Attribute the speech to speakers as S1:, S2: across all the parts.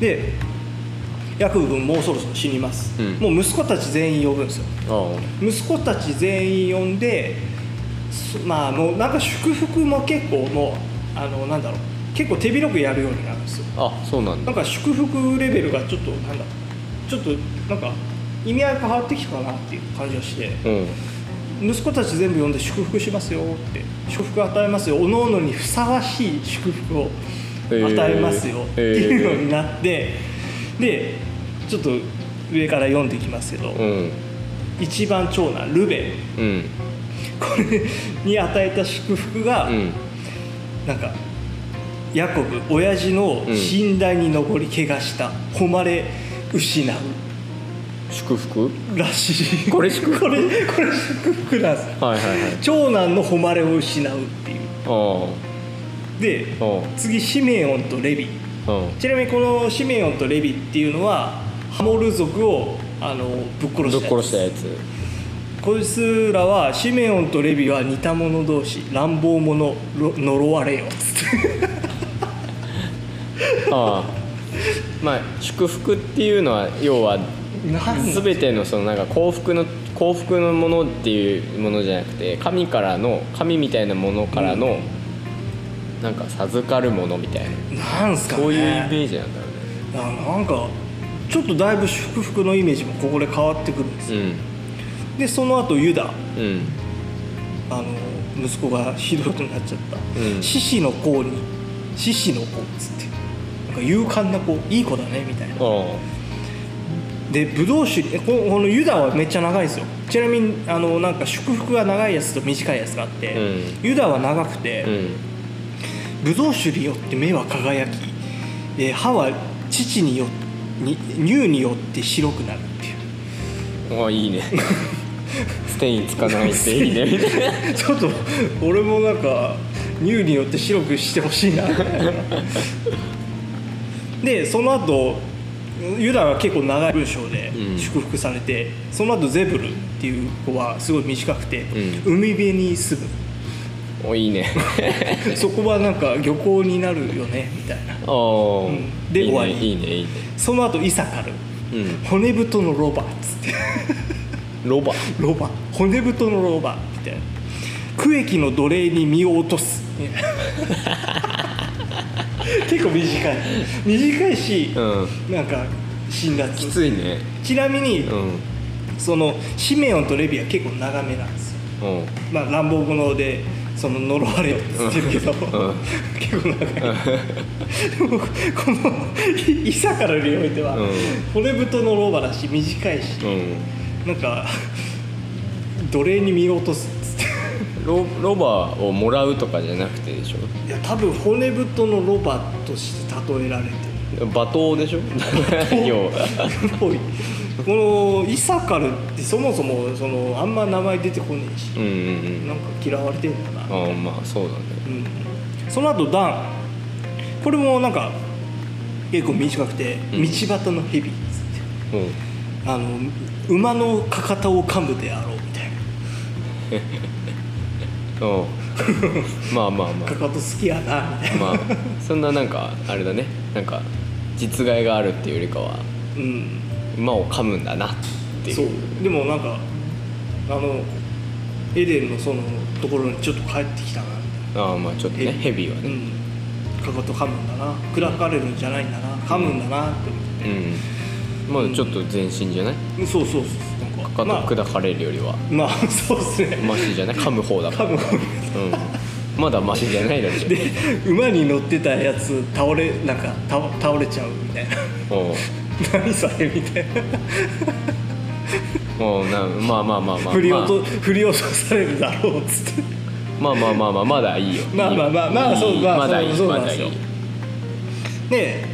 S1: でヤクブ君もうそろそろ死にます、
S2: うん
S1: もう息子たち全員呼ぶんですよ
S2: あ
S1: 息子たち全員呼んでそまあもうなんか祝福も結構もうあのなんだろう結構手広くやるようになるんですよ
S2: あそうなん
S1: な
S2: だ
S1: んか祝福レベルがちょっとなんだちょっとなんか意味合いが変わってきたかなっていう感じがして
S2: うん
S1: 息子たち全部呼んで祝福しますよって祝福与えますよおのおのにふさわしい祝福を与えますよっていうのになって、でちょっと上から読んでいきますけど、
S2: うん
S1: 一番長男ルベン
S2: うん
S1: これに与えた祝福が、
S2: うん
S1: なんかヤコブ親父の寝台に上り怪我した誉れ失う
S2: 祝福
S1: らしい
S2: これ祝福
S1: これこれ祝福なんです
S2: はいはいはい
S1: 長男の誉れを失うっていう
S2: あ
S1: で
S2: おう
S1: 次シメオンとレビ
S2: あうん
S1: ちなみにこのシメオンとレビっていうのはハモル族をあのぶっ殺
S2: ぶ
S1: し
S2: った殺したやつ
S1: こいつらはシメオンとレビは似た者同士乱暴者ろ呪われよつって
S2: ああまあ祝福っていうのは要は
S1: 何
S2: 全てのそのなんか幸福の幸福のものっていうものじゃなくて神からの神みたいなものからの、なんか授かるものみたいな
S1: なんすかね
S2: そういうイメージなんだろ
S1: ななんかちょっとだいぶ祝福のイメージもここで変わってくるんです
S2: う
S1: よ、
S2: ね
S1: でその後ユダ
S2: うんうん
S1: あの息子がひどいことになっちゃった、
S2: うん
S1: 獅子の子に獅子の子っつってなんか勇敢な子いい子だねみたいな
S2: あ
S1: でブドウ酒えこのこのユダはめっちゃ長いんですよちなみにあのなんか祝福が長いやつと短いやつがあって、
S2: う
S1: ユダは長くて、
S2: あうん
S1: ブドウ酒によって目は輝き、えー歯は乳によに乳によって白くなるっていう
S2: ああいいね ステインつかないっていいねみたい な
S1: ちょっと俺もなんか乳によって白くしてほしいなみたいなでその後ユダは結構長い文章で
S2: うん
S1: 祝福されて、その後ゼブルっていう子はすごい短くて、
S2: う
S1: 海辺に住む
S2: おいいね
S1: そこはなんか漁港になるよねみたいな
S2: ああ、
S1: んで
S2: いい
S1: 終わ
S2: ね
S1: り
S2: いいねいいね
S1: その後イサカル骨太のロバっつって
S2: うんロバ
S1: ロバ骨太のロバみたいな区域の奴隷に身を落と す結構短い短いし、
S2: うん
S1: なんか辛辣
S2: きついね
S1: ちなみに、
S2: うん
S1: そのシメオンとレビは結構長めなんですよ
S2: うん
S1: まあ乱暴者でその呪われよって言ってるけど、
S2: うん
S1: 結構長いでもこのイサカルにおいて は、
S2: うん
S1: 骨太のロバだし短いし、
S2: う
S1: な
S2: ん
S1: んか奴隷に身を落とすっつって
S2: ロロバをもらうとかじゃなくてでしょ
S1: いや多分骨太のロバとして例えられて
S2: 罵倒でしょ 要は
S1: るっぽいこのイサカルってそもそもそのあんま名前出てこねえし
S2: うんうん
S1: なんか嫌われてんだな、
S2: うんあまあそうだね
S1: うん、その後ダンこれもなんか結構短くて「
S2: うん
S1: 道端の蛇」っつって、
S2: うん
S1: あの馬のかかとを噛むであろうみたいな
S2: うん まあまあま
S1: かか
S2: あ
S1: と好きやなみたいな
S2: まあそんななんかあれだねなんか実害があるっていうよりかは
S1: うん
S2: 馬を噛むんだなっていう
S1: そうでもなんかあのエデンのそのところにちょっと帰ってきたな
S2: ああまあちょっとねヘビは
S1: う
S2: ね
S1: んかかと噛むんだな砕かれるんじゃないんだな噛むんだなって思
S2: うんまあちょっと全身じゃない
S1: って、そうそうそうそうなん
S2: か
S1: まあ
S2: かと砕かれるよりは
S1: まあ そうですね
S2: マシじゃない噛む方だか
S1: 噛
S2: ら
S1: む
S2: うんまだマシじゃないだろ
S1: で馬に乗ってたやつ倒れなんか倒倒れちゃうみたいな
S2: うん
S1: 何それみたいな
S2: もうなまあまあまあまあ
S1: 振り落と振り落とされるだろうっつ って
S2: まあまあまあまあまだいいよ
S1: まあまあまあまあ
S2: いい
S1: そうまあ
S2: まだいい
S1: そう
S2: ま
S1: なんで
S2: だ
S1: す
S2: い
S1: よ
S2: い
S1: で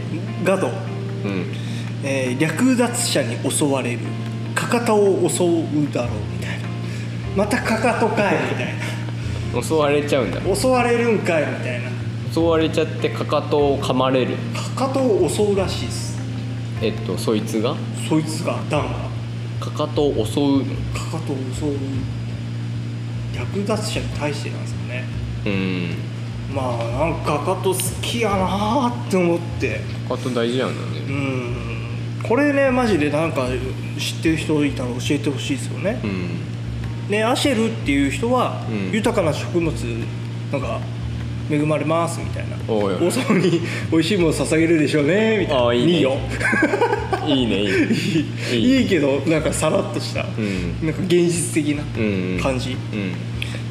S1: ガド
S2: うん
S1: えー略奪者に襲われるかかとを襲うだろうみたいなまたかかとかいみたい
S2: 襲われちゃうんだ
S1: な襲われるんかいみたいな
S2: 襲われちゃってかかとを噛まれる
S1: かかとを襲うらしいです
S2: えっとそいつが
S1: そいつがダンが
S2: かかとを襲う
S1: かかとを襲う略奪者に対してなんですよね
S2: うん
S1: うまあなんかかと好きやなーって思って
S2: カット大事やんだ
S1: う
S2: ね
S1: んこれねマジでなんか知ってる人いたら教えてほしいですよね
S2: う、ん
S1: ねアシェルっていう人は、
S2: うん
S1: 豊かな食物なんか恵まれますみたいな
S2: おいおい
S1: 王様に美味しいもの捧げるでしょうねみたい
S2: あ
S1: な
S2: ーいいね
S1: よ
S2: いいねいいね
S1: い いいいけどなんかさらっとした、
S2: ん
S1: なんか現実的な
S2: うん
S1: 感じ、
S2: うん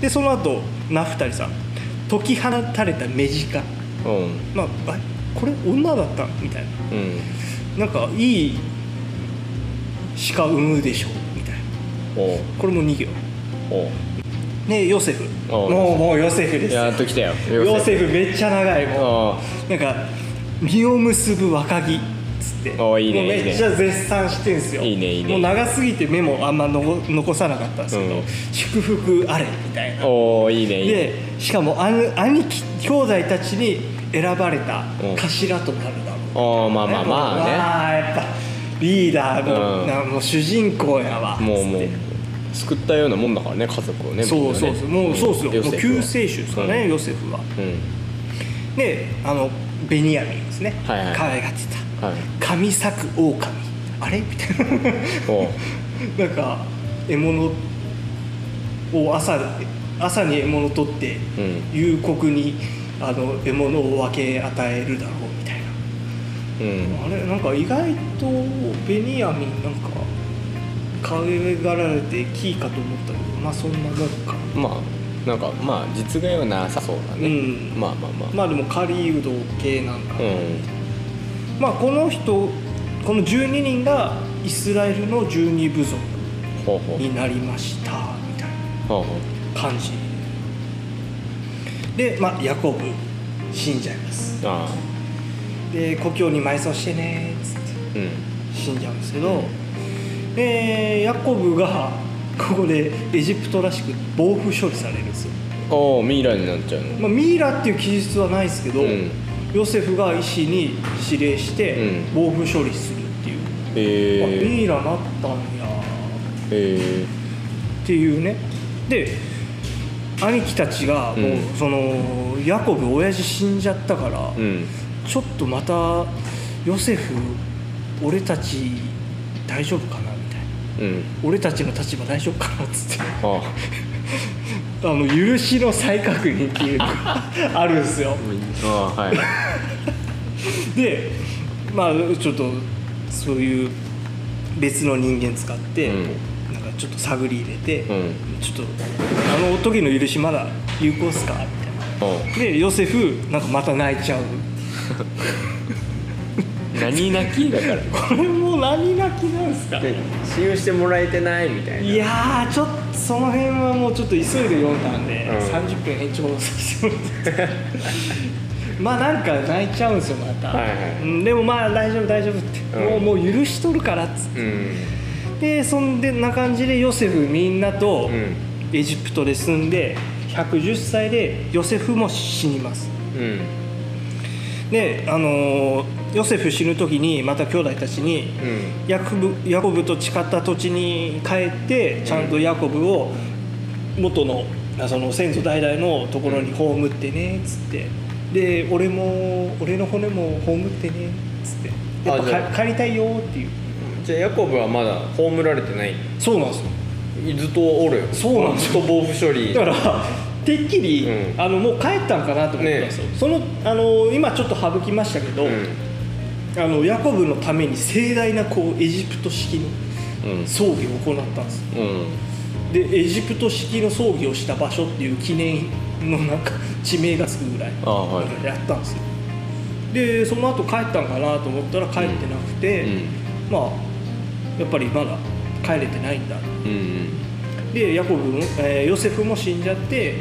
S1: でその後ナフタリさん解き放たれた目力
S2: うん
S1: まああこれ女だったみたいな
S2: うん
S1: なんかいい鹿産むでしょうみたいな
S2: おう
S1: これも2行
S2: おう
S1: ねヨセフ
S2: ああ
S1: もうもうヨセフです
S2: やっと来たよ
S1: ヨセフめっちゃ長いも
S2: あ
S1: うなんか実を結ぶ若木っつって
S2: ああいいね
S1: もう
S2: いいね
S1: めっちゃ絶賛してんすよ
S2: いいねいいね
S1: もう長すぎてメモあんま残残さなかったんですけど、
S2: うん
S1: 祝福あれみたい
S2: あ
S1: な
S2: おういいねいいね
S1: でしかもあの兄貴兄弟たちに選ばれた頭となるだろう
S2: おうまあまあまあね
S1: まあやっぱリーダー
S2: う
S1: の、
S2: ん
S1: なもう主人公やわ
S2: もう
S1: つ
S2: もう
S1: って
S2: 救ったようなもんだからね家族をね
S1: そうそうそうもうそうですよ、もう救世主
S2: 主
S1: ですかね、ヨセフは
S2: うん
S1: であのベニヤミンですね、
S2: はいはい
S1: 可愛がってた、
S2: はい
S1: 神作狼あれみたい
S2: おう
S1: な なんか獲物を朝朝に獲物を取って、
S2: うん
S1: 夕刻にあの獲物を分け与えるだろうみたいな
S2: うん
S1: あれなんか意外とベニヤミンなんか可愛がられてキーかと思ったけどまあそんなもんか
S2: まあなんかまあ実害はなさそうだね、
S1: うん
S2: まあまあまあ、
S1: まあでも狩人系なんか、
S2: うん
S1: まあこの人この12人がイスラエルの12部族
S2: ほうほう
S1: になりましたみたい
S2: ほうほ
S1: な感じでまあヤコブ死んじゃいます
S2: うああ
S1: で故郷に埋葬してねっつって
S2: うん
S1: 死んじゃうんですけど、でヤコブがここでエジプトらしく暴風処理されるんですよ、
S2: おおミイラになっちゃうの
S1: まあ、ミイラっていう記述はないですけど、
S2: うん
S1: ヨセフが医師に指令して
S2: うん
S1: 暴風処理するっていう、あ
S2: えー、
S1: ミイラなったんや
S2: え
S1: っていうねで兄貴たちがもう、
S2: うん
S1: そのヤコブ親父死んじゃったから、
S2: ー、うん
S1: ちょっとまたヨセフ俺たち大丈夫かなみたいな
S2: うん
S1: 俺たちの立場大丈夫かなっつって
S2: ああ
S1: あの許しの再確認っていうのが あるんですよ
S2: ああはい
S1: でまあちょっとそういう別の人間使って、
S2: うん
S1: なんかちょっと探り入れて、
S2: うん
S1: ちょっとあの時の許しまだ有効っすかみたい
S2: おう
S1: なでヨセフなんかまた泣いちゃう
S2: 何泣きだから
S1: これもう何泣きなんすか
S2: 使用してもらえてないみたい
S1: いやーちょっとその辺はもうちょっと急いで読んだんで、
S2: うん
S1: 30分延長させてもらって まあなんか泣いちゃうんですよまた、
S2: はいはい
S1: うんでもまあ大丈夫大丈夫って、
S2: うん
S1: もうもう許しとるからっつっ
S2: うん
S1: てそんでな感じでヨセフみんなと
S2: うん
S1: エジプトで住んで110歳でヨセフも死にます
S2: うん
S1: であのーヨセフ死ぬ時にまた兄弟たちに、
S2: うん
S1: ヤコブヤコブと誓った土地に帰ってちゃんとヤコブを元のあその先祖代々のところに葬ってねっつってで俺も俺の骨も葬ってねっつってやっ
S2: あじゃ
S1: ぱ帰
S2: あ
S1: 帰りたいよっていう
S2: じゃあヤコブはまだ葬られてない
S1: そうなんですよ
S2: ずっとおるよ
S1: そうなんです
S2: ずっと防腐処理
S1: だからてっきり、
S2: うん
S1: あのもう帰ったんかなと思ったんですよ、そのあの今ちょっと省きましたけど、
S2: う
S1: あのヤコブのために盛大なこうエジプト式の
S2: んうん
S1: 葬儀を行ったんです
S2: うん
S1: でエジプト式の葬儀をした場所っていう記念のなんか地名がつくぐらい
S2: あはい
S1: なんかやったんですよでその後帰ったんかなと思ったら帰ってなくて、まあやっぱりまだ帰れてないんだ
S2: うんうん
S1: でヤコブも、えーヨセフも死んじゃって、
S2: うん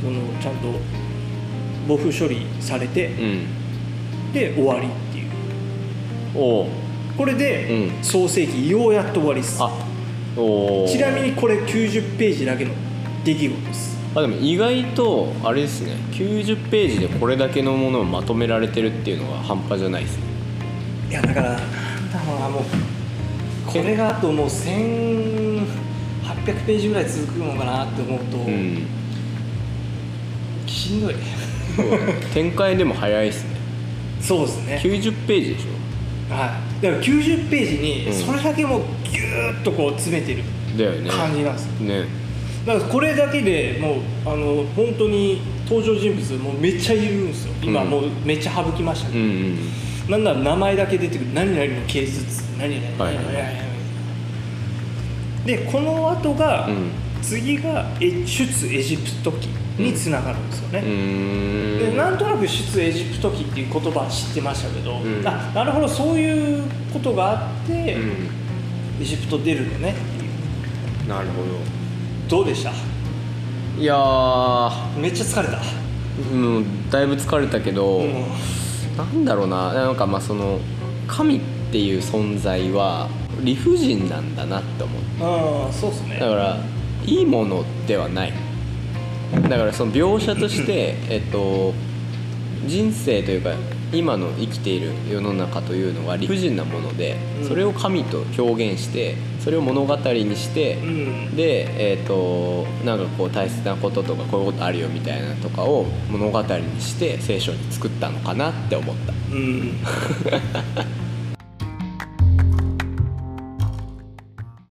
S1: そのちゃんと暴風処理されて、
S2: うん
S1: で終わりっていう
S2: おう
S1: これで、
S2: うん
S1: 創世紀ようやっと終わりです
S2: あおう
S1: ちなみにこれ90ページだけの出来事です
S2: あでも意外とあれですね90ページでこれだけのものをまとめられてるっていうのが半端じゃないですね
S1: いやだからなんだろうなもうこれがあともう1800ページぐらい続くのかなって思うと、
S2: うん
S1: しんどい
S2: そうだね展開でも早いですね
S1: そうですね
S2: 90ページでし
S1: はいだから90ページ
S2: う
S1: に
S2: ん
S1: それだけもうギューッとこう詰めてる
S2: ょだよね
S1: 感じなんですよ
S2: ね
S1: だからこれだけでもうあの本当に登場人物もうめっちゃいるんですよ今
S2: うん
S1: もうめっちゃ省きました
S2: うん
S1: ね、
S2: うん
S1: なんなら名前だけ出てくる何々の警察何々
S2: はい
S1: 何
S2: はい
S1: 々
S2: は
S1: 何
S2: い
S1: 々でこの後が、
S2: うん
S1: 次がえ出エジプト記につながるんですよね、
S2: うー
S1: で
S2: ん
S1: なんとなく出エジプト記っていう言葉は知ってましたけど、
S2: うん
S1: あなるほどそういうことがあって、
S2: う
S1: エジプト出るのねっていうん
S2: なるほど
S1: どうでした
S2: いやー
S1: めっちゃ疲れた、
S2: うんだいぶ疲れたけど、
S1: うん
S2: なんだろうななんかまあその神っていう存在は理不尽なんだなって思って
S1: ああそうっすね
S2: だからいいものではないだからその描写として、えっと、人生というか今の生きている世の中というのは理不尽なもので
S1: うん
S2: それを神と表現してそれを物語にして、
S1: うん
S2: でえー、となんかこう大切なこととかこういうことあるよみたいなとかを
S1: mm.
S2: 物語にして聖書に作ったのかなって思った
S1: うん